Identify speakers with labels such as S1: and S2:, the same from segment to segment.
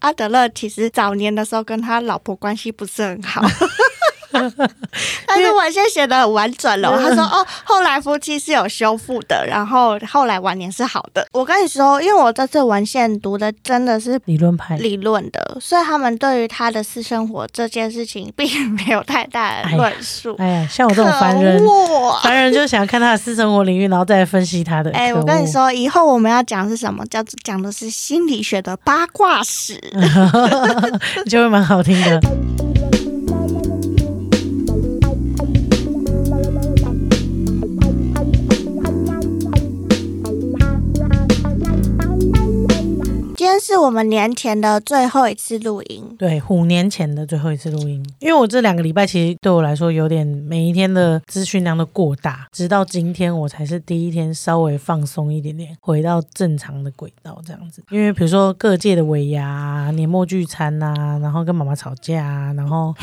S1: 阿德勒其实早年的时候跟他老婆关系不是很 好。但是我现在写的很婉转
S2: 嗯
S1: 了。他说：“哦，后来夫妻是有修复的，然后后来晚年是好的。”我跟你说，因为我这次文献读的真的是
S2: 理论派
S1: 理论的，所以他们对于他的私生活这件事情并没有太大的论述。
S2: 哎呀，像我这种凡人
S1: 可，恶啊
S2: 凡人就想看他的私生活领域，然后再来分析他的。
S1: 哎、
S2: 可
S1: 我跟你
S2: 恶，
S1: 说，以后我们要讲的是什么？叫做讲的是心理学的八卦史。
S2: 就会蛮好听的。
S1: 今天是我们年前的最后一次录 音，
S2: 对，五年前的最后一次录音，因为我这两个礼拜其实对我来说有点每一天的资讯量都过大，直到今天我才是第一天稍微放松一点点，回到正常的轨道这样子。因为比如说各界的尾牙啊、年末聚餐啊，然后跟妈妈吵架啊，然后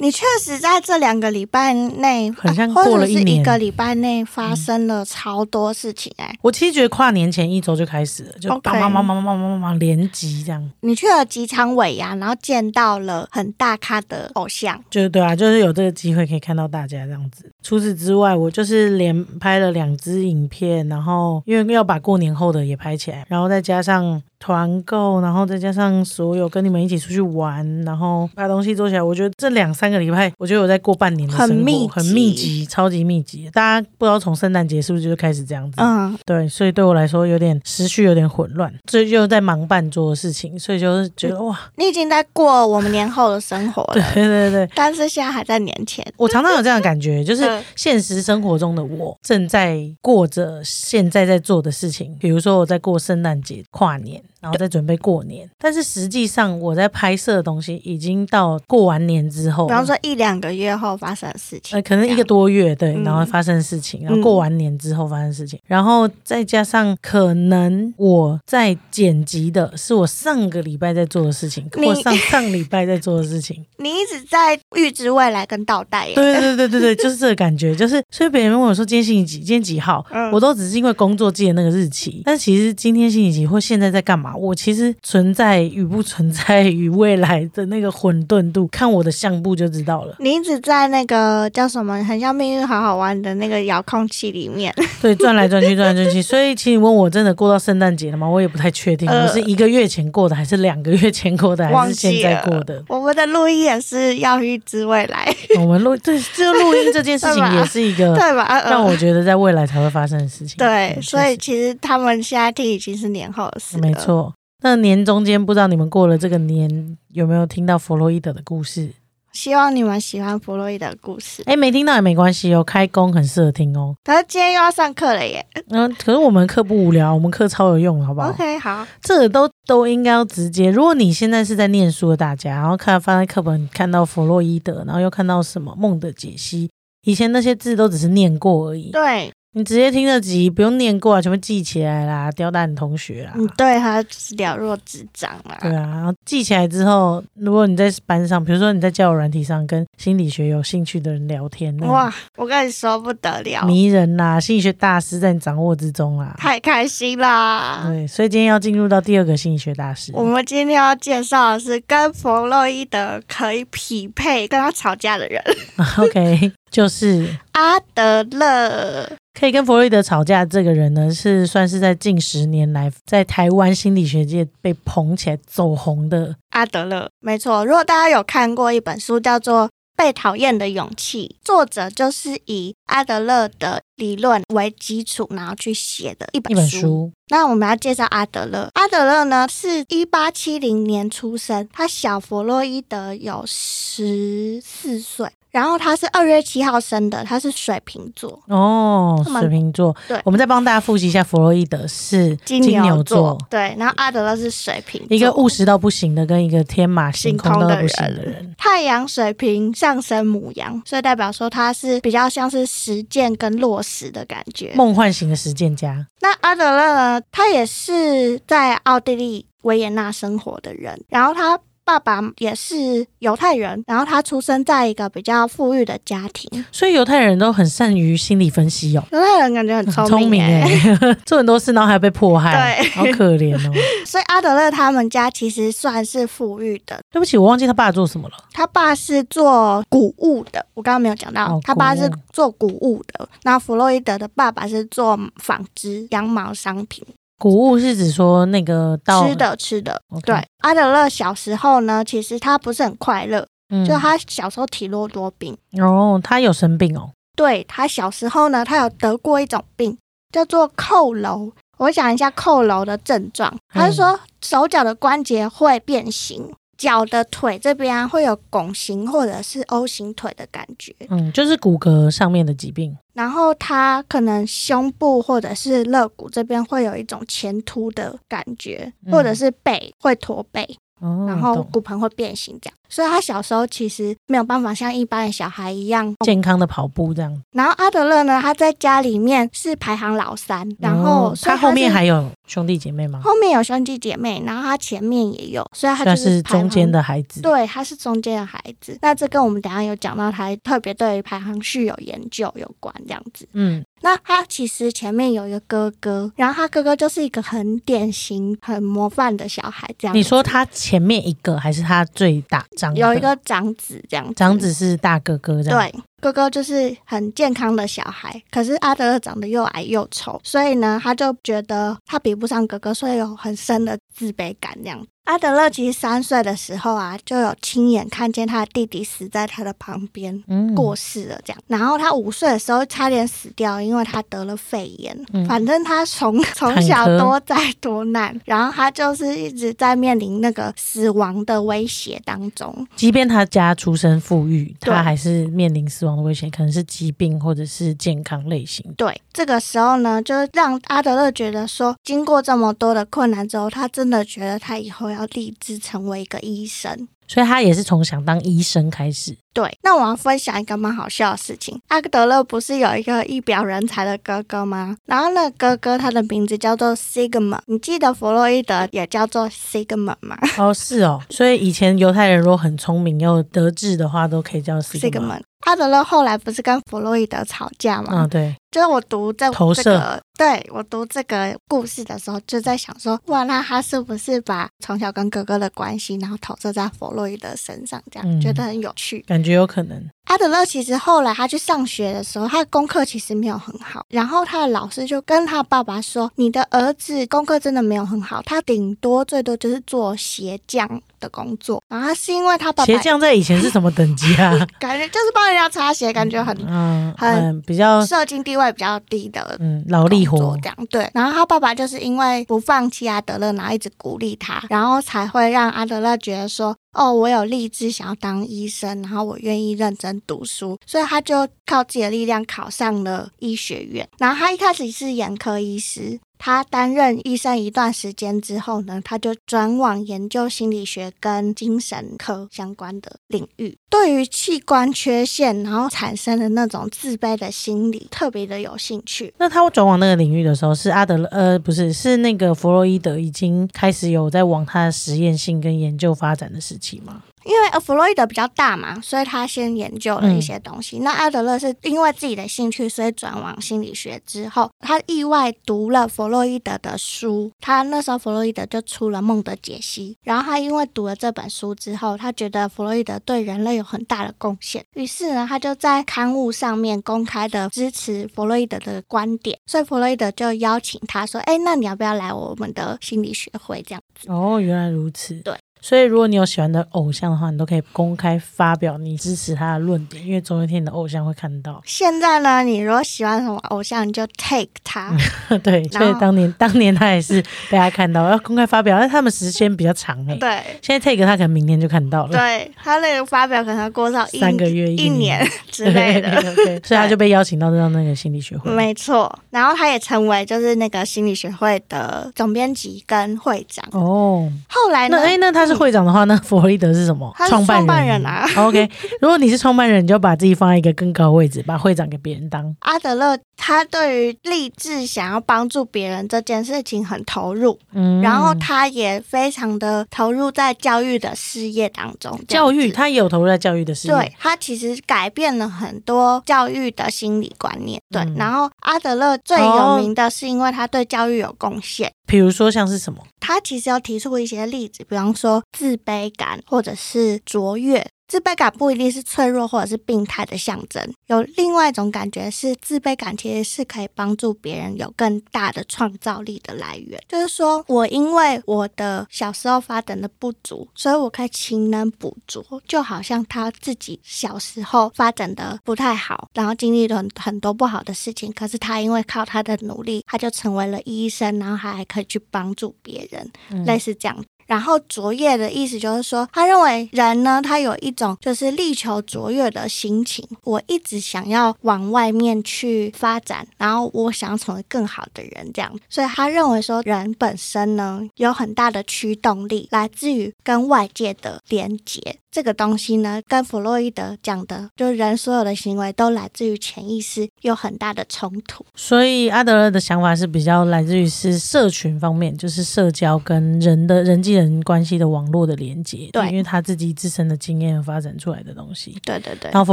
S1: 你确实在这两个礼拜内，呃
S2: 很像
S1: 或
S2: 过
S1: 者
S2: 了
S1: 是
S2: 一年
S1: 一个礼拜内发生了超多事情哎、
S2: 我其实觉得跨年前一周就开始了，就
S1: OK
S2: 忙忙忙忙忙忙忙忙连击这样。
S1: 你去了几场尾牙，然后见到了很大咖的偶像，
S2: 就是对啊，就是有这个机会可以看到大家这样子。除此之外，我就是连拍了两支影片，然后因为要把过年后的也拍起来，然后再加上团购，然后再加上所有跟你们一起出去玩，然后把东西做起来。我觉得这两三个礼拜，我觉得我在过半年的生活，
S1: 很密集
S2: 很密集，超级密集。大家不知道从圣诞节是不是就开始这样子？
S1: 嗯，
S2: 对，所以对我来说有点时序有点混乱，所以又在忙办桌的事情，所以就是觉得哇，
S1: 你已经在过我们年后的生活
S2: 对
S1: 了，
S2: 对对。
S1: 但是现在还在年前，
S2: 我常常有这样的感觉，就是
S1: 嗯
S2: 现实生活中的我正在过着现在在做的事情，比如说我在过圣诞节、跨年，然后在准备过年，但是实际上我在拍摄的东西已经到过完年之后
S1: 比
S2: 了，
S1: 方说一两个月后发生的事情，
S2: 呃，可能一个多月对，
S1: 嗯
S2: 然后发生事情，然后过完年之后发生事情，然后再加上可能我在剪辑的是我上个礼拜在做的事情，
S1: 你
S2: 或上 上礼拜在做的 事情，
S1: 你一直在预知未来跟倒带耶。
S2: 对对对对对，就是这个感觉，就是所以别人问我说今天星期几，今天几号，
S1: 嗯
S2: 我都只是因为工作记得那个日期，但其实今天星期几或现在在干嘛，我其实存在与不存在与未来的那个混沌度，看我的相簿就知道了。
S1: 你一直在那个叫什么，很像命运好好玩的那个遥控器里面，
S2: 对，转来转去，转来转去，所以其实你问我真的过到圣诞节了吗？我也不太确定，
S1: 呃
S2: 我是一个月前过的，还是两个月前过的，还
S1: 忘
S2: 是现
S1: 记
S2: 在
S1: 了。
S2: 过的？
S1: 我们的录音也是要预知未 来，
S2: 我们录对这个录音这件 事
S1: 干
S2: 情
S1: 嘛
S2: 也是一个
S1: 对吧？呃
S2: 让我觉得在未来才会发生的事情。
S1: 对，
S2: 嗯
S1: 所
S2: 确
S1: 以
S2: 实
S1: 其实他们现在听已经是年后的事了。
S2: 没，错。那年中间不知道你们过了这个年有没有听到弗洛伊德的故事？
S1: 希望你们喜欢弗洛伊德的故事。
S2: 哎，没听到也没关系哦，开工很适合听哦。
S1: 可是今天又要上课了耶。
S2: 嗯、可是我们课不无聊，我们课超有用，好不好
S1: OK，好，
S2: 这个都都应该要直接。如果你现在是在念书的大家，然后看翻开课本，看到弗洛伊德，然后又看到什么梦的解析，以前那些字都只是念过而已。
S1: 对，
S2: 你直接听这集，不用念过啊，全部记起来啦，吊打你同学啦。
S1: 嗯，对他就是了若指掌嘛。
S2: 对啊，然后记起来之后，如果你在班上，比如说你在交友软体上跟心理学有兴趣的人聊天，哇，
S1: 哇，我跟你说不得了，
S2: 迷人啦，心理学大师在你掌握之中啦。
S1: 太开心啦！
S2: 对，所以今天要进入到第二个心理学大师，
S1: 我们今天要介绍的是跟弗洛伊德可以匹配、跟他吵架的人
S2: OK，就是
S1: ——阿德勒。
S2: 可以跟弗洛伊德吵架这个人呢，是算是在近十年来在台湾心理学界被捧起来走红的。
S1: 阿德勒，没错。如果大家有看过一本书，叫做《被讨厌的勇气》，作者就是以阿德勒的理论为基础，然后去写的一
S2: 一
S1: 本
S2: 本
S1: 书。
S2: 书，
S1: 那我们要介绍阿德勒。阿德勒呢是一八七零年出生，他小弗洛伊德有十四岁，然后他是二月七号生的，他是水瓶座。
S2: 哦，
S1: 干嘛
S2: 水瓶座，
S1: 对
S2: 我们再帮大家复习一下，弗洛伊德是
S1: 金
S2: 金
S1: 牛
S2: 牛
S1: 座
S2: 座，
S1: 对，然后阿德勒是水瓶座，
S2: 一个务实到不行的，跟一个天马行空到不行
S1: 行
S2: 的人。
S1: 太阳水瓶上升母羊，所以代表说他是比较像是实践跟落实的感觉。
S2: 梦幻型的实践家，
S1: 那阿德勒呢，他也是在奥地利维也纳生活的人，然后他爸爸也是犹太人，然后他出生在一个比较富裕的家庭，
S2: 所以犹太人都很善于心理分析哦，
S1: 犹太人感觉很
S2: 很
S1: 聪
S2: 聪明
S1: 哎、
S2: 哎、 做很多事然后还被迫害，
S1: 对
S2: 好可怜哦。
S1: 所以阿德勒他们家其实算是富裕的，
S2: 对不起，我忘记他爸做什么了。
S1: 他爸是做谷物的，我刚刚没有讲到，
S2: 哦
S1: 他爸是
S2: 谷物
S1: 做谷物的。那弗洛伊德的爸爸是做纺织、羊毛商品，
S2: 谷物是指说那个到
S1: 吃，的吃的。
S2: OK
S1: 对，阿德勒小时候呢，其实他不是很快乐，
S2: 嗯
S1: 就他小时候体弱多病。
S2: 哦，他有生病哦，
S1: 对他小时候呢，他有得过一种病，叫做佝偻。我讲一下佝偻的症状，他
S2: 嗯
S1: 是说手脚的关节会变形，脚的腿这边啊会有拱形或者是 O 型腿的感觉。
S2: 嗯，就是骨骼上面的疾病，
S1: 然后他可能胸部或者是肋骨这边会有一种前凸的感觉，
S2: 嗯
S1: 或者是背会驼背，
S2: 哦，
S1: 然后
S2: 懂
S1: 骨盆会变形这样。所以他小时候其实没有办法像一般的小孩一样。
S2: 健康的跑步这样，
S1: 然后阿德勒呢，他在家里面是排行老三，然后、
S2: 哦
S1: 所以
S2: 他后面
S1: 是
S2: 还有兄弟姐妹吗？
S1: 后面有兄弟姐妹，然后他前面也有，所以他就
S2: 算是
S1: 排行
S2: 中间的孩子，
S1: 对，他是中间的孩子。那这跟我们等一下有讲到，他特别对于排行序有研究有关这样子。
S2: 嗯，
S1: 那他其实前面有一个哥哥，然后他哥哥就是一个很典型、很模范的小孩，这样子。
S2: 你说他前面一个还是他最大长？
S1: 有一个长子这样子，
S2: 长子是大哥哥这样，
S1: 对哥哥就是很健康的小孩，可是阿德勒长得又矮又丑，所以呢，他就觉得他比不上哥哥，所以有很深的自卑感这样子。阿德勒其实三岁的时候啊，就有亲眼看见他的弟弟死在他的旁边，
S2: 嗯，
S1: 过世了这样。然后他五岁的时候差点死掉，因为他得了肺炎。
S2: 嗯
S1: 反正他从 从小多灾多难，然后他就是一直在面临那个死亡的威胁当中。
S2: 即便他家出身富裕，
S1: 对
S2: 他还是面临死亡的危险，可能是疾病或者是健康类型。
S1: 对，这个时候呢，就让阿德勒觉得说，经过这么多的困难之后，他真的觉得他以后要立志成为一个医生。
S2: 所以他也是从想当医生开始。
S1: 对，那我要分享一个蛮好笑的事情。阿德勒不是有一个一表人才的哥哥吗？然后那个哥哥他的名字叫做 Sigma，你记得弗洛伊德也叫做 Sigma 吗
S2: 哦，是哦，所以以前犹太人如果很聪明又得志的话，都可以叫 sigma。
S1: ？Sigma。阿德勒后来不是跟弗洛伊德吵架吗？
S2: 啊、对，
S1: 就是我读这
S2: 投
S1: 这
S2: 射
S1: 个，对我读这个故事的时候，就在想说，哇，那他是不是把从小跟哥哥的关系，然后投射在弗洛伊德身上，这样、
S2: 嗯
S1: 觉得很有趣。
S2: 感觉有可能。
S1: 阿德勒其实后来他去上学的时候，他的功课其实没有很好，然后他的老师就跟他爸爸说：“你的儿子功课真的没有很好，他顶多最多就是做鞋匠的工作。”然后他是因为他爸爸
S2: 鞋匠在以前是什么等级 啊？
S1: 感觉就是帮人家擦鞋，感觉很
S2: 嗯
S1: 很
S2: 嗯，比较
S1: 社经地位比较低的
S2: 嗯劳
S1: 工
S2: 力活
S1: 作，这样对。然后他爸爸就是因为不放弃阿德勒，然后一直鼓励他，然后才会让阿德勒觉得说，哦，我有立志想要当医生，然后我愿意认真读书，所以他就靠自己的力量考上了医学院。然后他一开始是眼科医师。他担任医生一段时间之后呢，他就转往研究心理学跟精神科相关的领域。对于器官缺陷，然后产生的那种自卑的心理，特别的有兴趣。
S2: 那他转往那个领域的时候，是阿德勒呃，不是，是那个弗洛伊德已经开始有在往他的实验性跟研究发展的时期嘛？
S1: 因为呃弗洛伊德比较大嘛，所以他先研究了一些东西。那阿德勒是因为自己的兴趣，所以转往心理学之后，他意外读了弗洛伊德的书。他那时候弗洛伊德就出了《梦的解析》，然后他因为读了这本书之后，他觉得弗洛伊德对人类有很大的贡献，于是呢，他就在刊物上面公开的支持弗洛伊德的观点，所以弗洛伊德就邀请他说：“哎，那你要不要来我们的心理学会？”这样子。
S2: 哦，原来如此。
S1: 对。
S2: 所以，如果你有喜欢的偶像的话，你都可以公开发表你支持他的论点，因为总有一天你的偶像会看到。
S1: 现在呢，你如果喜欢什么偶像，你就 take 他。
S2: 对，
S1: 然后
S2: 所以当年当年他也是被他看到，要公开发表，但他们时间比较长哎、
S1: 对
S2: 现在 take 他可能明天就看到了，
S1: 对，他那个发表可能过上一
S2: 三个月
S1: 一
S2: 一年
S1: 年 啊之类的。
S2: 对对所以他就被邀请到到那个心理学会。
S1: 没错，然后他也成为就是那个心理学会的总编辑跟会长。
S2: 哦，
S1: 后来呢
S2: 那？哎、那他是是会长的话，那弗洛伊德是什么
S1: 嗯他？是
S2: 创
S1: 创办
S2: 人
S1: 人啊
S2: OK，如果你是创办人，你就把自己放在一个更高的位置，把会长给别人当。
S1: 阿德勒他对于励志想要帮助别人这件事情很投入，
S2: 嗯，
S1: 然后他也非常的投入在教育的事业当中。这样
S2: 教育
S1: 子
S2: 他也有投入在教育的事业。
S1: 对，他其实改变了很多教育的心理观念。对，
S2: 嗯
S1: 然后阿德勒最有名的是因为他对教育有贡献。
S2: 比如说像是什么？
S1: 他其实有提出一些例子，比方说自卑感或者是卓越。自卑感不一定是脆弱或者是病态的象征，有另外一种感觉是自卑感其实是可以帮助别人有更大的创造力的来源。就是说我因为我的小时候发展的不足，所以我可以勤能补拙，就好像他自己小时候发展的不太好，然后经历了很很多不好的事情，可是他因为靠他的努力，他就成为了医生，然后他还可以去帮助别人。类似这样。然后卓越的意思就是说，他认为人呢，他有一种就是力求卓越的心情。我一直想要往外面去发展，然后我想要成为更好的人，这样。所以他认为说，人本身呢有很大的驱动力，来自于跟外界的连接。这个东西呢，跟弗洛伊德讲的，就是人所有的行为都来自于潜意识，有很大的冲突。
S2: 所以阿德勒的想法是比较来自于是社群方面，就是社交跟人的人际人关系的网络的连接，
S1: 对
S2: 因为他自己自身的经验而发展出来的东西。
S1: 对对对
S2: 然。后弗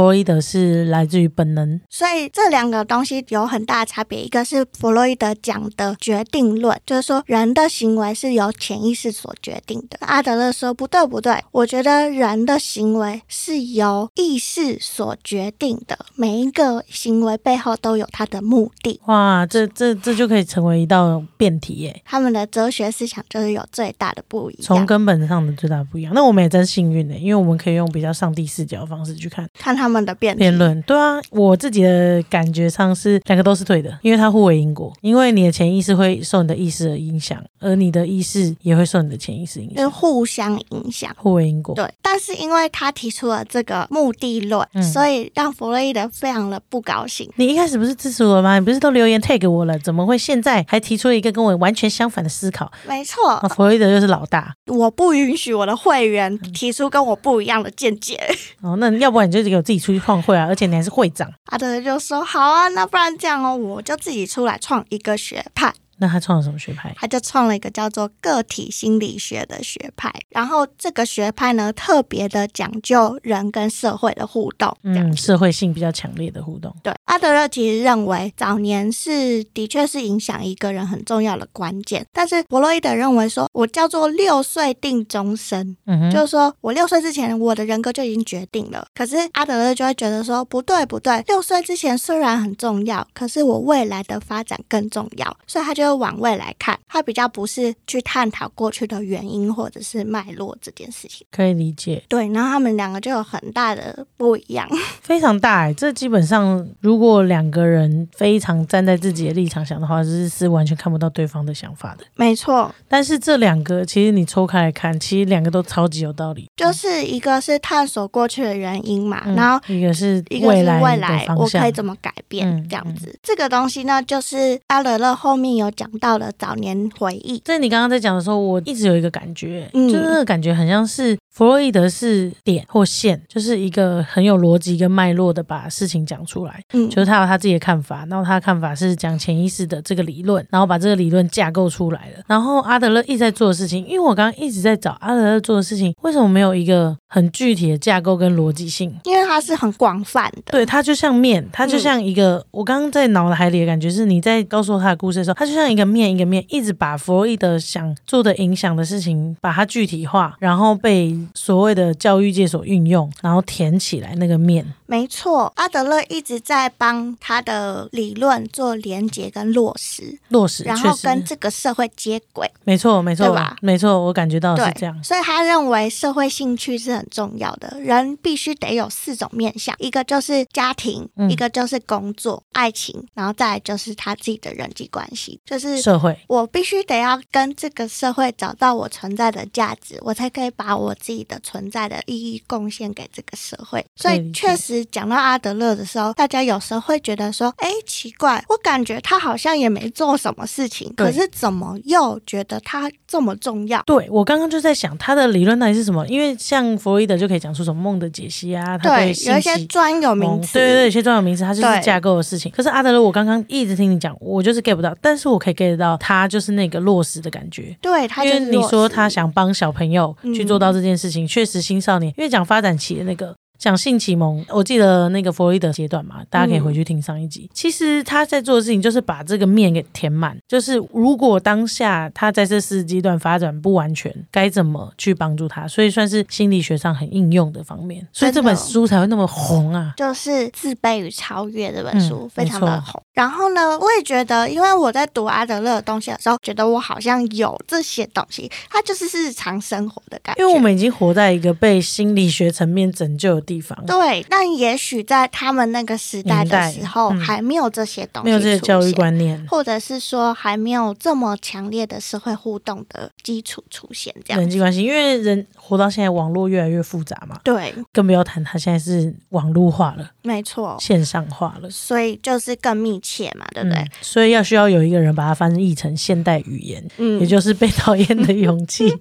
S2: 洛伊德是来自于本能，
S1: 所以这两个东西有很大的差别，一个是弗洛伊德讲的决定论，就是说人的行为是由潜意识所决定的。阿德勒说不对不对，我觉得人的行为是由意识所决定的，每一个行为背后都有它的目的。
S2: 哇，这这这就可以成为一道辩题耶，
S1: 他们的哲学思想就是有最大的不一
S2: 从
S1: 样。
S2: 根本上的最大不一样。那我们也真幸运的，因为我们可以用比较上帝视角的方式去看
S1: 看他们的辩
S2: 辩
S1: 论。
S2: 论。对啊，我自己的感觉上是两个都是对的，因为它互为因果，因为你的潜意识会受你的意识而影响，而你的意识也会受你的潜意识影
S1: 就是
S2: 响，
S1: 互相影响。
S2: 互为因果。
S1: 对，但是因为他提出了这个目的论，
S2: 嗯
S1: 所以让弗洛伊德非常的不高兴。
S2: 你一开始不是支持我吗？你不是都留言退给我了，怎么会现在还提出了一个跟我完全相反的思考？
S1: 没错，
S2: 啊，弗洛伊德就是老大
S1: 我不允许我的会员提出跟我不一样的见解。
S2: 哦，那要不然你就给我自己出去创会啊，而且你还是会长。
S1: 阿德勒就说：“好啊，那不然这样哦，我就自己出来创一个学派。”
S2: 那他创了什么学派？
S1: 他就创了一个叫做个体心理学的学派。然后这个学派呢，特别的讲究人跟社会的互动。这样
S2: 嗯，社会性比较强烈的互动。
S1: 对，阿德勒其实认为早年是的确是影响一个人很重要的关键，但是弗洛伊德认为说，我叫做六岁定终身，
S2: 嗯哼，
S1: 就是说我六岁之前我的人格就已经决定了。可是阿德勒就会觉得说，不对不对，六岁之前虽然很重要，可是我未来的发展更重要，所以他就会往未来看，他比较不是去探讨过去的原因或者是脉络这件事情。
S2: 可以理解，
S1: 对，然后他们两个就有很大的不一样。
S2: 非常大哎、这基本上，如果两个人非常站在自己的立场想的话，是是完全看不到对方的想法的。
S1: 没错，
S2: 但是这两个，其实你抽开来看，其实两个都超级有道理。
S1: 就是一个是探索过去的原因嘛，
S2: 嗯
S1: 然后
S2: 一个是
S1: 一个是
S2: 来
S1: 未
S2: 的
S1: 来
S2: 方
S1: 我
S2: 向，
S1: 可以怎么改
S2: 嗯
S1: 变这样子。这个东西呢，就是阿德勒后面有讲到的早年回忆。
S2: 在你刚刚在讲的时候，我一直有一个感觉，
S1: 嗯
S2: 就是那个感觉很像是弗洛伊德是点或线，就是一个很有逻辑跟脉络的把事情讲出来。
S1: 嗯，
S2: 就是他有他自己的看法，然后他的看法是讲潜意识的这个理论，然后把这个理论架构出来了。然后阿德勒一直在做的事情，因为我刚刚一直在找阿德勒做的事情，为什么没有一个很具体的架构跟逻辑性？
S1: 因为它是很广泛的。
S2: 对，它就像面，它
S1: 嗯
S2: 就像一个、我刚刚在脑海里的感觉是，你在告诉我他的故事的时候，它就像一个面一个面，一直把弗洛伊德想做的影响的事情，把它具体化，然后被所谓的教育界所运用，然后填起来那个面。
S1: 没错，阿德勒一直在帮他的理论做连接跟落实，
S2: 落实，
S1: 然
S2: 确
S1: 后
S2: 实
S1: 跟这个社会接轨。
S2: 没错，没错
S1: 对吧，
S2: 没错，我感觉到的
S1: 对
S2: 哦是这样，。
S1: 所以他认为社会兴趣是很重要的，人必须得有四种面向，一个就是家庭，
S2: 嗯
S1: 一个就是工作、爱情，然后再来就是他自己的人际关系，就是。
S2: 社会
S1: 我必须得要跟这个社会找到我存在的价值，我才可以把我自自己的存在的意义贡献给这个社会。
S2: 可
S1: 所
S2: 以
S1: 以
S2: 理解
S1: 确实讲到阿德勒的时候，大家有时候会觉得说，哎，奇怪，我感觉他好像也没做什么事情，
S2: 对
S1: 可是怎么又觉得他这么重要？
S2: 对我刚刚就在想他的理论到底是什么，因为像弗洛伊德就可以讲出什么梦的解析啊，他
S1: 对，
S2: 信
S1: 有一些
S2: 息
S1: 专有
S2: 蒙
S1: 名词，
S2: 对对对，有些专有名词，它就是
S1: 对
S2: 架构的事情。可是阿德勒，我刚刚一直听你讲，我就是 get 不到，但是我可以 get 到他就是那个落实的感觉。
S1: 对他
S2: 因
S1: 就是
S2: 为你
S1: 弱
S2: 说
S1: 势
S2: 他想帮小朋友去做
S1: 嗯
S2: 到这件事情，确实青少年，因为讲发展期的那个。讲性启蒙，我记得那个弗洛伊德阶段嘛，大家可以
S1: 嗯
S2: 回去听上一集。其实他在做的事情就是把这个面给填满，就是如果当下他在这四阶段发展不完全，该怎么去帮助他？所以算是心理学上很应用的方面，所以这
S1: 真的哦
S2: 本书才会那么红啊。
S1: 就是《自卑与超越》这本书、
S2: 嗯
S1: 非常的红。然后呢，我也觉得，因为我在读阿德勒的东西的时候，觉得我好像有这些东西，它就是日常生活的感觉。
S2: 因为我们已经活在一个被心理学层面拯救的地方，
S1: 对，那也许在他们那个时代
S2: 年
S1: 的
S2: 代
S1: 时候，
S2: 嗯
S1: 还没有这些东西，
S2: 没有这些教育。观念，
S1: 或者是说还没有这么强烈的社会互动的基础出现，这样
S2: 人际关系，因为人活到现在，网络越来越复杂嘛，
S1: 对，
S2: 更不要谈它现在是网络化了、
S1: 没错，
S2: 线上化了，
S1: 所以就是更密切嘛，哦对不对
S2: 嗯？，所以要需要有一个人把它翻译成现代语言，
S1: 嗯，
S2: 也就是被讨厌 的勇气，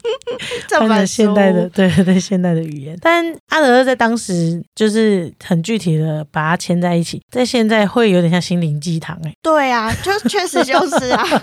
S1: 这
S2: 翻成
S1: 本
S2: 现代的，
S1: 书
S2: 对对，现代的语言。但阿德勒在当时就是很具体的把它牵在一起，在现在会有点像心灵鸡汤哎、
S1: 对啊，就确实就是啊。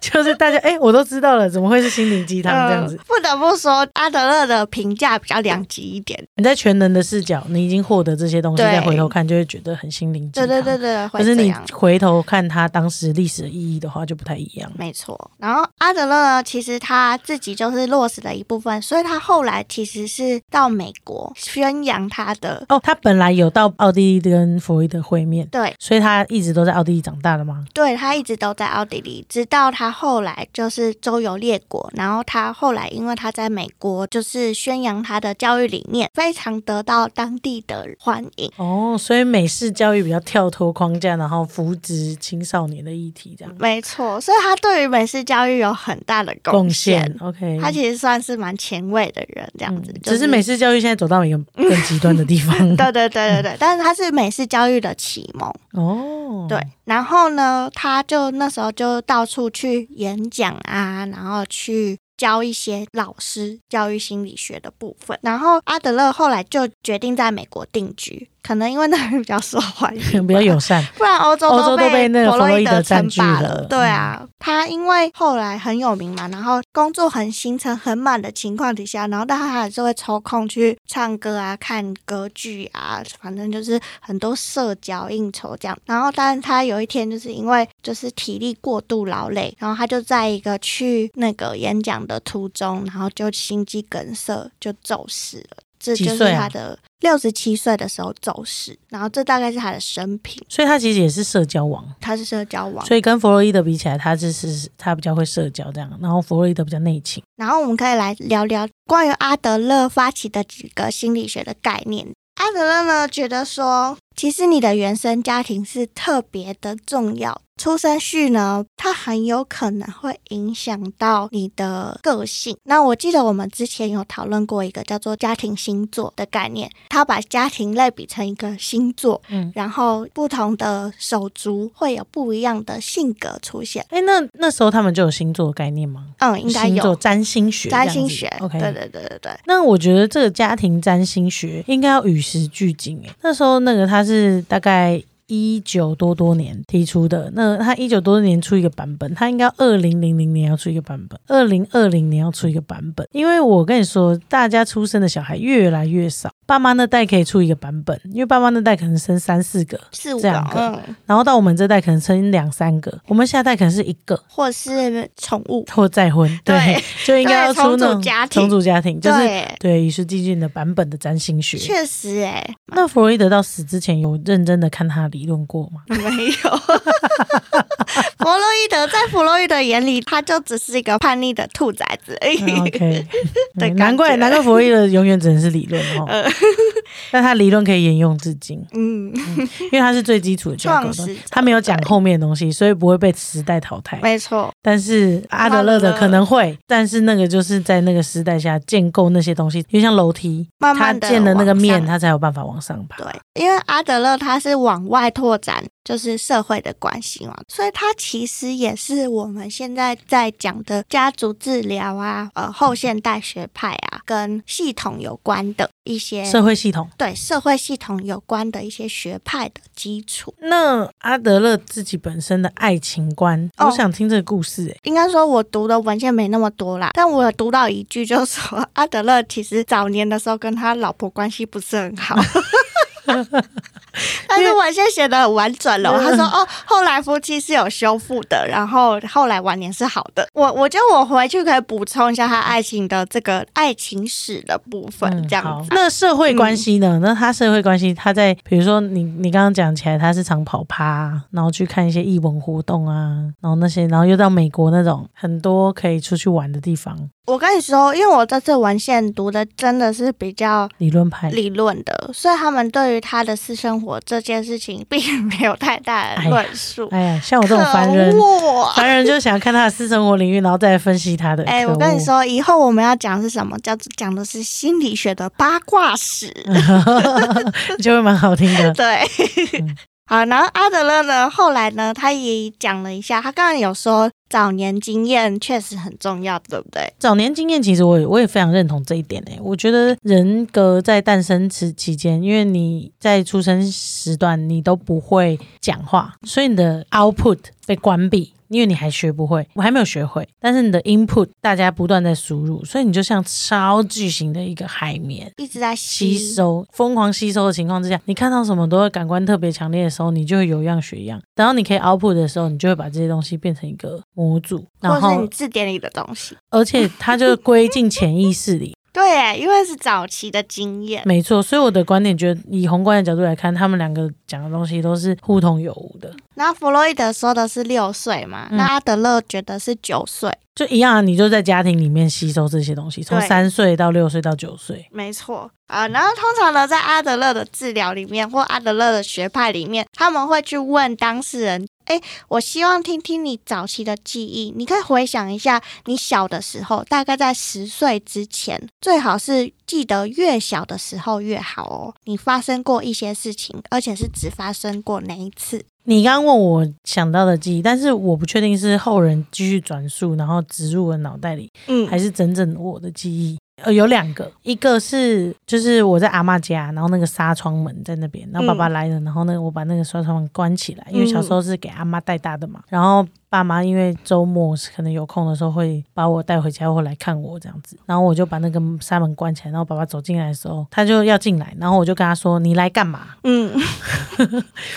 S2: 就是大家哎、我都知道了，怎么会是心灵鸡汤这样子？
S1: 呃不得不说，阿德勒的评价比较两极一点。
S2: 你在全能的视角，你已经获得这些东西，
S1: 对
S2: 再回头看就会觉得很心灵鸡
S1: 对
S2: 汤。
S1: 对对。对，
S2: 可
S1: 会
S2: 是
S1: 这
S2: 你
S1: 样。
S2: 回头看他当时历史的意义的话，就不太一样。
S1: 没错，然后阿德勒呢，其实他自己就是落实的一部分，所以他后来其实是到美国宣扬他的
S2: 哦，他本来有到奥地利跟弗洛伊德会面，
S1: 对，
S2: 所以他一直都在奥地利长大的吗？
S1: 对他一直都在奥地利，直到他后来就是周游列国，然后他后来因为他在美国就是宣扬他的教育理念，非常得到当地的欢迎。
S2: 哦，所以美式教育比较跳脱框架，然后扶植青少年的议题这样
S1: 没错，所以他对于美式教育有很大的贡献。
S2: 献。OK，
S1: 他其实算是蛮前卫的人，这样子。就
S2: 嗯只是美式教育现在走到一个更极端的地方。
S1: 对对对对
S2: 嗯
S1: 对，但是他是美式教育的启蒙，
S2: 哦，，
S1: 对。然后呢，他就那时候就到处去演讲啊，然后去。教一些老师教育心理学的部分，然后阿德勒后来就决定在美国定居，可能因为那里比较受欢迎
S2: 比较友善。
S1: 不然欧洲
S2: 欧洲都被
S1: 被
S2: 那
S1: 弗
S2: 个弗洛
S1: 洛
S2: 伊
S1: 伊
S2: 德
S1: 德
S2: 占
S1: 称
S2: 据
S1: 霸
S2: 了嗯
S1: 了。对啊，他因为后来很有名嘛，然后工作很行程很满的情况底下，然后但他还是会抽空去唱歌啊、看歌剧啊，反正就是很多社交应酬这样。然后，但是他有一天就是因为就是体力过度劳累，然后他就在一个去那个演讲的途中，然后就心肌梗塞就骤逝了。这
S2: 几
S1: 就是
S2: 岁
S1: 他
S2: 啊
S1: 的六十七岁的时候骤逝，然后这大概是他的生平。
S2: 所以他其实也是社交王。
S1: 他是社交网。
S2: 所以跟弗洛伊德比起来，他就是他比较会社交这样，然后弗洛伊德比较内倾。
S1: 然后我们可以来聊聊关于阿德勒发起的几个心理学的概念。阿德勒呢觉得说，其实你的原生家庭是特别的重要，出生序呢，它很有可能会影响到你的个性。那我记得我们之前有讨论过一个叫做家庭星座的概念，他把家庭类比成一个星座，
S2: 嗯
S1: 嗯，然后不同的手足会有不一样的性格出现，
S2: 哎，那那时候他们就有星座的概念吗？
S1: 嗯，应该
S2: 星座
S1: 有。
S2: 占星学这样
S1: 占
S2: 子，
S1: 星学
S2: OK，
S1: 对对对对对，
S2: 那我觉得这个家庭占星学应该要与时俱进诶。那时候那个他是大概一九多多年提出的，那他一九多多年出一个版本，他应该二零零零年要出一个版本，二零二零年要出一个版本。因为我跟你说，大家出生的小孩越来越少，爸妈那代可以出一个版本，因为爸妈那代可能生三四个，
S1: 四五
S2: 这
S1: 个
S2: 样，个
S1: 嗯，
S2: 然后到我们这代可能生两三个，我们下代可能是一个。
S1: 或是宠物，
S2: 或再 婚，对，
S1: 对
S2: 就应该要
S1: 对
S2: 出那
S1: 重
S2: 种
S1: 组家庭
S2: 重组家庭，就是
S1: 对，
S2: 对，与时俱进的版本的占星学。
S1: 确实哎、
S2: 那弗洛伊德到死之前有认真的看他的理论过吗？
S1: 没有，弗弗洛伊德在弗洛伊德眼里，他就只是一个叛逆的兔崽子而已。
S2: 嗯 OK，
S1: 对
S2: 嗯难怪
S1: 感觉呃
S2: 难怪弗洛伊德永远只能是理论哦， 但他理论可以沿用至 今，
S1: 嗯，
S2: 因为他是最基础的架构
S1: 创始
S2: 的
S1: 者，
S2: 他没有讲后面的东西，所以不会被时代淘汰。
S1: 没错，
S2: 但是阿德勒的
S1: 阿德勒
S2: 可能会，但是那个就是在那个时代下建构那些东西，就像楼梯，
S1: 慢慢
S2: 他
S1: 的
S2: 建的那个面，
S1: 往上
S2: 他才有办法往上爬。
S1: 对，因为阿德勒他是往外拓展，就是社会的关系嘛，所以他其实也是我们现在在讲的家族治疗啊，呃，后现代学派啊，跟系统有关的一些
S2: 社会系统。
S1: 对社会系统有关的一些学派的基础。
S2: 那阿德勒自己本身的爱情观，
S1: 哦
S2: 我想听这个故事、欸。
S1: 应该说，我读的文献没那么多啦，但我有读到一句，就是说阿德勒其实早年的时候跟他老婆关系不是很 好。但是文献写的很婉转了，他说
S2: 嗯
S1: 哦，后来夫妻是有修复的，然后后来晚年是好的。我我觉得我回去可以补充一下他爱情的这个爱情史的部分，
S2: 嗯
S1: 这样
S2: 好
S1: 子。嗯
S2: 那社会关系呢？那他社会关系，他在比如说你你刚刚讲起来，他是常跑趴、然后去看一些艺文活动啊，然后那些，然后又到美国那种很多可以出去玩的地方，
S1: 我跟你说，因为我这次文献读的真的是比较
S2: 理论派。
S1: 理论的，所以他们对于他的私生活这件事情并没有太大的论述。
S2: 哎呀，像我
S1: 可
S2: 这种凡人，
S1: 恶！啊
S2: 凡人就想看他的私生活领域，然后再来分析他的。
S1: 哎、
S2: 可恶
S1: 我跟你，说，以后我们要讲是什么？叫做讲的是心理学的八卦史。
S2: 嗯就会蛮好听的。
S1: 对，
S2: 嗯
S1: 好，然后阿德勒呢，后来呢，他也讲了一下，他刚刚有说早年经验确实很重要，对不对？
S2: 早年经验，其实我也我也非常认同这一点诶、我觉得人格在诞生时期间，因为你在出生时段你都不会讲话，所以你的 output 被关闭。因为你还学不会，我还没有学会，但是你的 input 大家不断在输入，所以你就像超巨型的一个海绵，
S1: 一直在
S2: 吸
S1: 吸
S2: 收、疯狂吸收的情况之下，你看到什么都会感官特别强烈的时候，你就会有样学样。等到你可以 output 的时候，你就会把这些东西变成一个模组，然
S1: 或是你
S2: 后
S1: 字典里的东西。
S2: 而且它就归进潜意识里。
S1: 对耶，因为是早期的经验。
S2: 没错，所以我的观点觉得，以宏观的角度来看，他们两个讲的东西都是互通有无的，
S1: 然后弗洛伊德说的是六岁嘛，
S2: 嗯
S1: 那阿德勒觉得是九岁，
S2: 就一样啊、你就在家庭里面吸收这些东西，从
S1: 对
S2: 三岁到六岁到九岁。
S1: 没错啊、然后通常呢，在阿德勒的治疗里面或阿德勒的学派里面，他们会去问当事人：“哎，我希望听听你早期的记忆，你可以回想一下你小的时候，大概在十岁之前，最好是记得越小的时候越好哦。你发生过一些事情，而且是只发生过那一次。
S2: 你刚刚问我想到的记忆，但是我不确定是后人继续转述，然后植入我脑袋里，
S1: 嗯
S2: 还是整整我的记忆。呃，有两个，一个是就是我在阿嬷家，然后那个纱窗门在那边，然后爸爸来了，然后呢，我把那个纱窗门关起来，因为小时候是给阿妈带大的嘛。然后爸妈因为周末可能有空的时候会把我带回家或来看我这样子，然后我就把那个纱门关起来，然后爸爸走进来的时候，他就要进来，然后我就跟他说：“你来干嘛
S1: 嗯，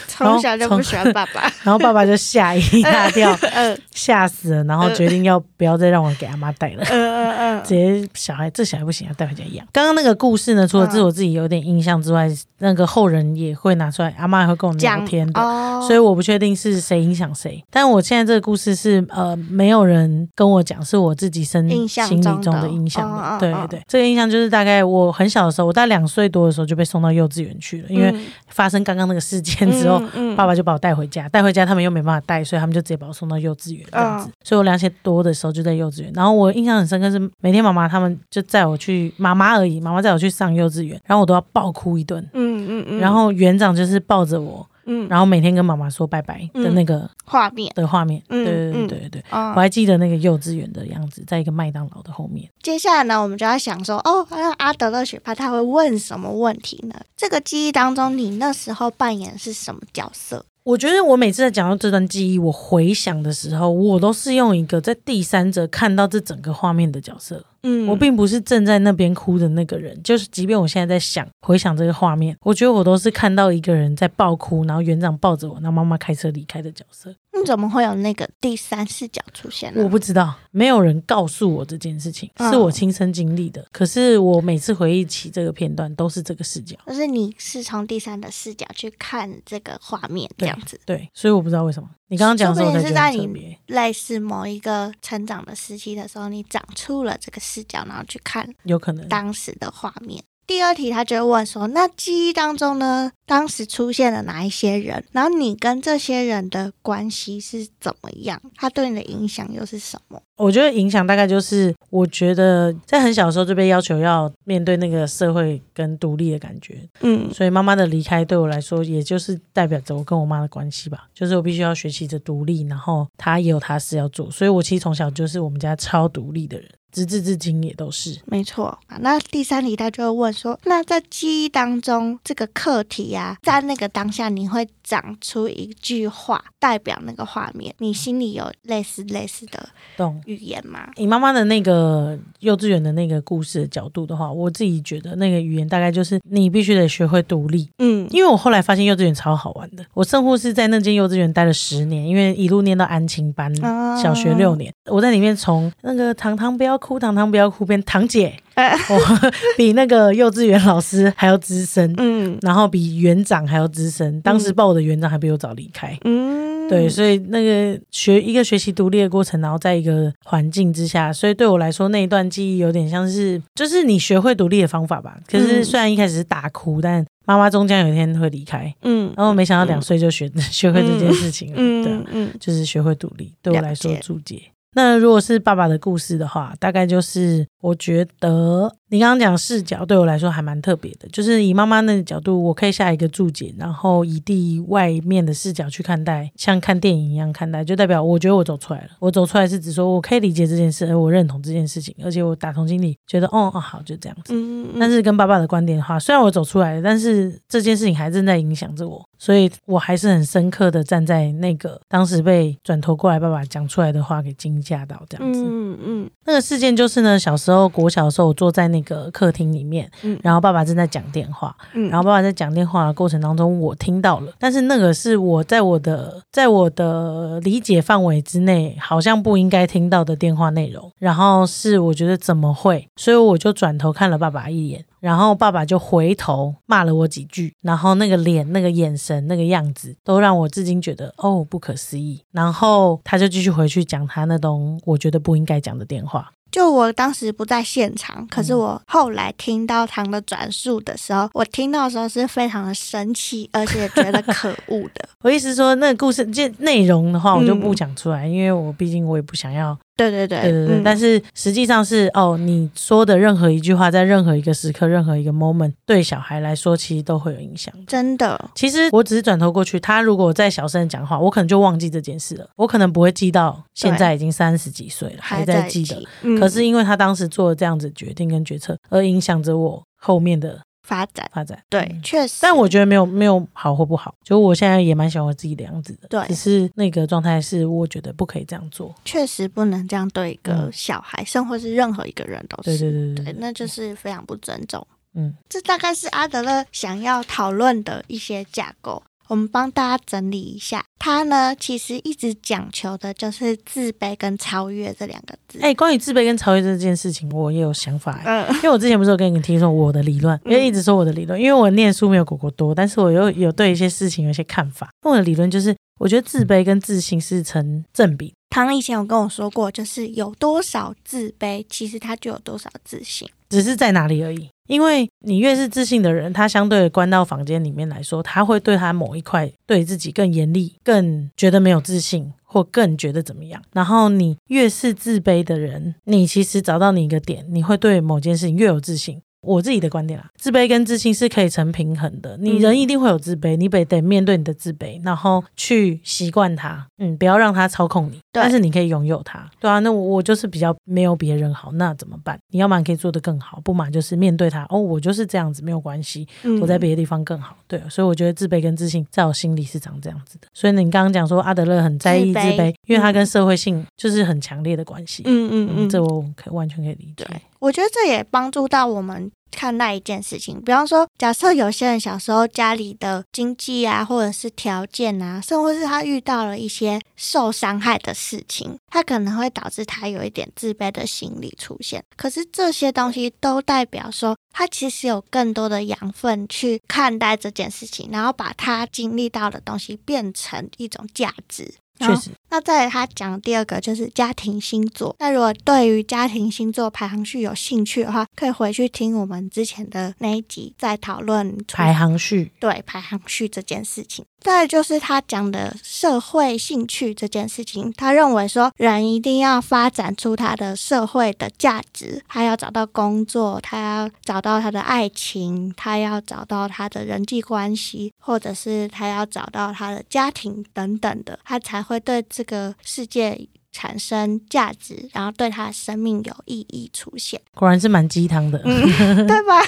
S1: 从小就不喜欢爸爸。？”
S2: 然后爸爸就吓一大跳，
S1: 嗯
S2: 吓死了，然后决定要不要再让我给阿妈带了。
S1: 嗯嗯嗯
S2: 直接小孩这小孩不行，要带回家养。刚刚那个故事呢，除
S1: 嗯
S2: 了是我自己有点印象之外，那个后人也会拿出来，阿妈会跟我们聊
S1: 讲
S2: 天的。
S1: 哦，
S2: 所以我不确定是谁影响谁，但我现在这个故事是呃，没有人跟我讲，是我自己身
S1: 印象
S2: 心
S1: 中
S2: 里
S1: 的
S2: 中的印象的。
S1: 哦哦
S2: 对
S1: 哦
S2: 对，这个印象就是大概我很小的时候，我大概两岁多的时候就被送到幼稚园去了，因为
S1: 嗯
S2: 发生刚刚那个事件之后，
S1: 嗯嗯
S2: 爸爸就把我带回家，带回家他们又没办法带，所以他们就直接把我送到幼稚园这样子。
S1: 嗯
S2: 所以我两岁多的时候就在幼稚园，然后我印象很深刻是每天妈妈他们就载我去，妈妈而已，妈妈载我去上幼稚园，然后我都要爆哭一顿。
S1: 嗯嗯嗯，
S2: 然后园长就是抱着我，
S1: 嗯，
S2: 然后每天跟妈妈说拜拜的那个、
S1: 画面
S2: 的画面，对
S1: 嗯
S2: 对对
S1: 嗯
S2: 对对对，
S1: 啊、
S2: 我还记得那个幼稚园的样子，在一个麦当劳的后面。
S1: 接下来呢，我们就要想说，哦，那阿德勒学派他会问什么问题呢？这个记忆当中，你那时候扮演是什么角色？
S2: 我觉得我每次在讲到这段记忆，我回想的时候，我都是用一个在第三者看到这整个画面的角色，
S1: 嗯
S2: 我并不是站在那边哭的那个人。就是即便我现在在想回想这个画面，我觉得我都是看到一个人在爆哭，然后园长抱着我，然后妈妈开车离开的角色。
S1: 你怎么会有那个第三视角出现呢？
S2: 我不知道，没有人告诉我这件事情，
S1: 嗯
S2: 是我亲身经历的。可是我每次回忆起这个片段，都是这个视角。
S1: 就是你是从第三的视角去看这个画面，这样子。
S2: 对，所以我不知道为什么。你刚刚讲的时候，我才觉
S1: 是
S2: 得
S1: 在
S2: 很特
S1: 你
S2: 别。
S1: 类似某一个成长的时期的时候，你长出了这个视角，然后去看
S2: 有可能
S1: 当时的画面。第二题，他就会问说：“那记忆当中呢，当时出现了哪一些人？然后你跟这些人的关系是怎么样？他对你的影响又是什么
S2: 我觉得影响大概就是，我觉得在很小的时候就被要求要面对那个社会跟独立的感觉，？”
S1: 嗯
S2: 所以妈妈的离开对我来说，也就是代表着我跟我妈的关系吧，就是我必须要学习着独立，然后她也有她事要做，所以我其实从小就是我们家超独立的人，直至至今也都是。
S1: 没错，那第三题他就会问说：那在记忆当中，这个课题啊，在那个当下，你会长出一句话代表那个画面？你心里有类似类似的
S2: 懂？
S1: 语言吗？
S2: 以妈妈的那个幼稚园的那个故事的角度的话，我自己觉得那个语言大概就是你必须得学会独立，
S1: 嗯
S2: 因为我后来发现幼稚园超好玩的，我甚乎是在那间幼稚园待了十年，因为一路念到安亲班，
S1: 啊
S2: 小学六年，我在里面从那个糖糖不要哭，糖糖不要哭变堂姐，
S1: 哎
S2: 我 比那个幼稚园老师还要资深，
S1: 嗯
S2: 然后比园长还要资深，当时报我的园长还比我早离开。
S1: 嗯，
S2: 对，所以那个学一个学习独立的过程，然后在一个环境之下，所以对我来说那一段记忆有点像是，就是你学会独立的方法吧。可是
S1: 嗯
S2: 虽然一开始是大哭，但妈妈终将有一天会离开，
S1: 嗯
S2: 然后没想到两岁就学、 学会这件事情了，对啊
S1: 嗯，嗯
S2: 就是学会独立，对我来说
S1: 了解
S2: 注解。那如果是爸爸的故事的话，大概就是我觉得你刚刚讲视角对我来说还蛮特别的，就是以妈妈那个角度，我可以下一个注解，然后以地外面的视角去看待，像看电影一样看待，就代表我觉得我走出来了。我走出来是指说我可以理解这件事，而我认同这件事情，而且我打从心里觉得，哦哦好，就这样子。
S1: 嗯，
S2: 但是跟爸爸的观点的话，虽然我走出来了，但是这件事情还正在影响着我，所以我还是很深刻的站在那个当时被转头过来爸爸讲出来的话给惊吓到这样子。
S1: 嗯嗯
S2: 那个事件就是呢，小时候国小的时候，我坐在那个客厅里面，
S1: 嗯
S2: 然后爸爸正在讲电话，
S1: 嗯，
S2: 然后爸爸在讲电话的过程当中，我听到了，但是那个是我在我的在我的理解范围之内，好像不应该听到的电话内容。然后是我觉得怎么会，所以我就转头看了爸爸一眼，然后爸爸就回头骂了我几句，然后那个脸、那个眼神、那个样子，都让我至今觉得哦不可思议。然后他就继续回去讲他那种我觉得不应该讲的电话。
S1: 就我当时不在现场，可
S2: 嗯
S1: 是我后来听到唐的转述的时候，我听到的时候是非常的生气，而且觉得可恶 的。
S2: 我意思是说，那个故事这内容的话，我就不
S1: 嗯
S2: 讲出来，因为我毕竟我也不想要
S1: 对对对，
S2: 对对对，
S1: 嗯
S2: 呃但是实际上是哦，你说的任何一句话，在任何一个时刻、任何一个 moment，对小孩来说，其实都会有影响。
S1: 真的，
S2: 其实我只是转头过去，他如果再小声地讲话，我可能就忘记这件事了，我可能不会记到现在已经三十几岁了，还在
S1: 在
S2: 记得
S1: 起。嗯
S2: 可是因为他当时做了这样子决定跟决策，而影响着我后面的
S1: 发展
S2: 发展。
S1: 对，
S2: 嗯
S1: 确实，
S2: 但我觉得没有没有好或不好，就我现在也蛮喜欢我自己的样子的，
S1: 对
S2: 只是那个状态是我觉得不可以这样做。
S1: 确实不能这样对一个
S2: 嗯
S1: 小孩，甚或是任何一个人都
S2: 对
S1: 是，
S2: 对对对
S1: 对
S2: 对，
S1: 那就是非常不尊重。
S2: 嗯，
S1: 这大概是阿德勒想要讨论的一些架构。我们帮大家整理一下，他呢其实一直讲求的就是自卑跟超越这两个字。
S2: 哎、关于自卑跟超越这件事情，我也有想法、欸。
S1: 嗯
S2: 因为我之前不是有跟你们听说我的理论，因为一直说我的理论，因为我念书没有果果多，但是我又有对一些事情有一些看法。那我的理论就是，我觉得自卑跟自信是成正比。
S1: 唐以前有跟我说过，就是有多少自卑，其实他就有多少自信。
S2: 只是在哪里而已。因为你越是自信的人，他相对关到房间里面来说，他会对他某一块对自己更严厉，更觉得没有自信，或更觉得怎么样。然后你越是自卑的人，你其实找到你一个点，你会对某件事情越有自信。我自己的观点啦，自卑跟自信是可以成平衡的。你人一定会有自卑，你得得面对你的自卑，然后去习惯它，嗯，不要让它操控你。
S1: 对
S2: 但是你可以拥有它，对啊。那我我就是比较没有别人好，那怎么办？你要么你可以做得更好，不嘛就是面对它。哦，我就是这样子，没有关系，
S1: 嗯
S2: 我在别的地方更好。对啊、所以我觉得自卑跟自信在我心里是长这样子的。所以呢，你刚刚讲说阿德勒很在意
S1: 自
S2: 自
S1: 卑
S2: 卑，因为它
S1: 嗯
S2: 跟社会性就是很强烈的关系。
S1: 嗯嗯
S2: 嗯，
S1: 嗯，
S2: 这我可完全可以理解
S1: 对。，我觉得这也帮助到我们看待一件事情。比方说，假设有些人小时候家里的经济啊，或者是条件啊，甚或是他遇到了一些受伤害的事情，他可能会导致他有一点自卑的心理出现。可是这些东西都代表说，他其实有更多的养分去看待这件事情，然后把他经历到的东西变成一种价值。
S2: 确实，
S1: 那再来他讲的第二个就是家庭星座。那如果对于家庭星座排行序有兴趣的话，可以回去听我们之前的那一集，在讨论出
S2: 排行序
S1: 对排行序这件事情。再来就是他讲的社会兴趣这件事情，他认为说人一定要发展出他的社会的价值，他要找到工作，他要找到他的爱情，他要找到他的人际关系，或者是他要找到他的家庭等等的，他才会对这个世界。产生价值，然后对他的生命有意义出现，
S2: 果然是蛮鸡汤的。
S1: 对吧？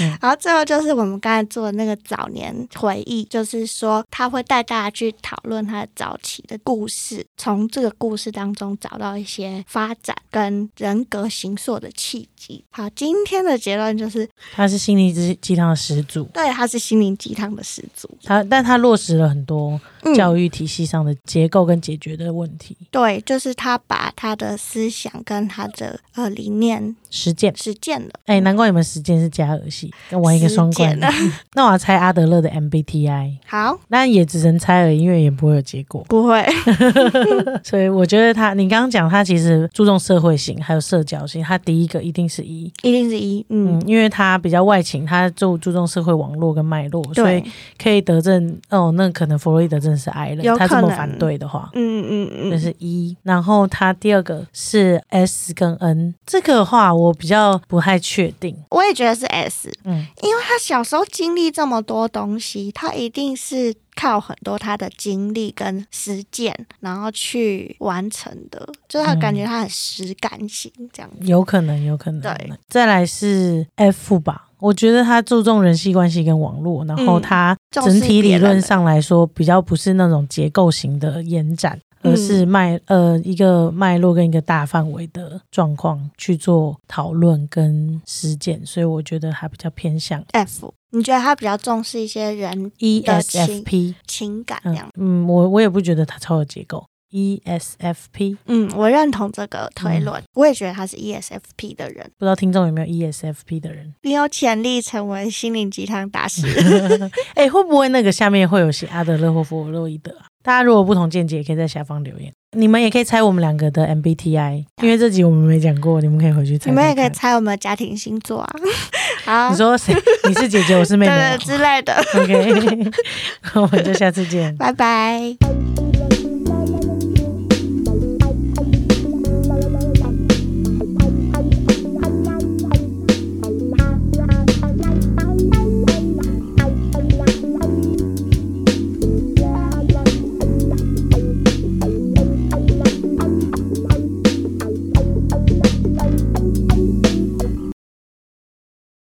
S2: 嗯
S1: 然后最后就是我们刚才做的那个早年回忆，就是说他会带大家去讨论他的早期的故事，从这个故事当中找到一些发展跟人格形塑的契机。好，今天的结论就是，
S2: 他是心灵鸡鸡汤的始祖，
S1: 对，他是心灵鸡汤的始祖。
S2: 他但他落实了很多
S1: 嗯
S2: 教育体系上的结构跟解决的问题、
S1: 对，就是他把他的思想跟他的呃理念
S2: 实践。
S1: 实践了，
S2: 哎、难怪你们实践是加儿系，要玩一个
S1: 嗯实
S2: 双关
S1: 践啊了。
S2: 那我要猜阿德勒的 MBTI，
S1: 好，
S2: 但也只能猜而已，因为也不会有结果。
S1: 不会，
S2: 所以我觉得他，你刚刚讲他其实注重社会性还有社交性，他第一个一定是一，
S1: 一定是一，
S2: 嗯
S1: 嗯，，
S2: 因为他比较外倾，他就注重社会网络跟脉络，所以
S1: 对，
S2: 可以得证哦。那可能弗洛伊德真的是癌了，
S1: 有
S2: 他这么
S1: 可能
S2: 反对的话。
S1: 嗯嗯
S2: 这
S1: 嗯，
S2: 是一，然后他第二个是 S 跟 N，这个的话我比较不太确定，
S1: 我也觉得是 S，
S2: 嗯，
S1: 他小时候经历这么多东西，他一定是靠很多他的经历跟实践，然后去完成的。就是他感觉
S2: 嗯
S1: 他很实感型这样子。
S2: 有可能，有可能。
S1: 对，
S2: 再来是 F 吧，我觉得他注重人际关系跟网络，然后
S1: 嗯
S2: 他
S1: 重视
S2: 整
S1: 别
S2: 体理
S1: 人
S2: 论
S1: 的
S2: 上来说比较不是那种结构型的延展，
S1: 嗯
S2: 而是脉呃一个脉络跟一个大范围的状况去做讨论跟实践，所以我觉得还比较偏向，E
S1: F，你觉得他比较重视一些人
S2: ESFP。
S1: 情感这
S2: 嗯
S1: 样？
S2: 嗯，我我也不觉得它超有结构。ESFP
S1: 嗯，我认同这个推论，
S2: 嗯
S1: 我也觉得他是 E ESFP 的人，
S2: 不知道听众有没有 E ESFP 的人？
S1: 你有潜力成为心灵鸡汤大师。
S2: 哎、会不会那个下面会有写阿德勒或弗洛伊德啊？大家如果不同见解，也可以在下方留言。你们也可以猜我们两个的 MBTI，因为这集我们没讲过，你们可以回去猜
S1: 你们也可以
S2: 猜看。
S1: 猜我们的家庭星座啊， 好，
S2: 你说谁？你是姐姐，我是妹
S1: 对
S2: 妹
S1: 对
S2: 啊。
S1: 之类的，
S2: OK，我们就下次见。
S1: 拜拜。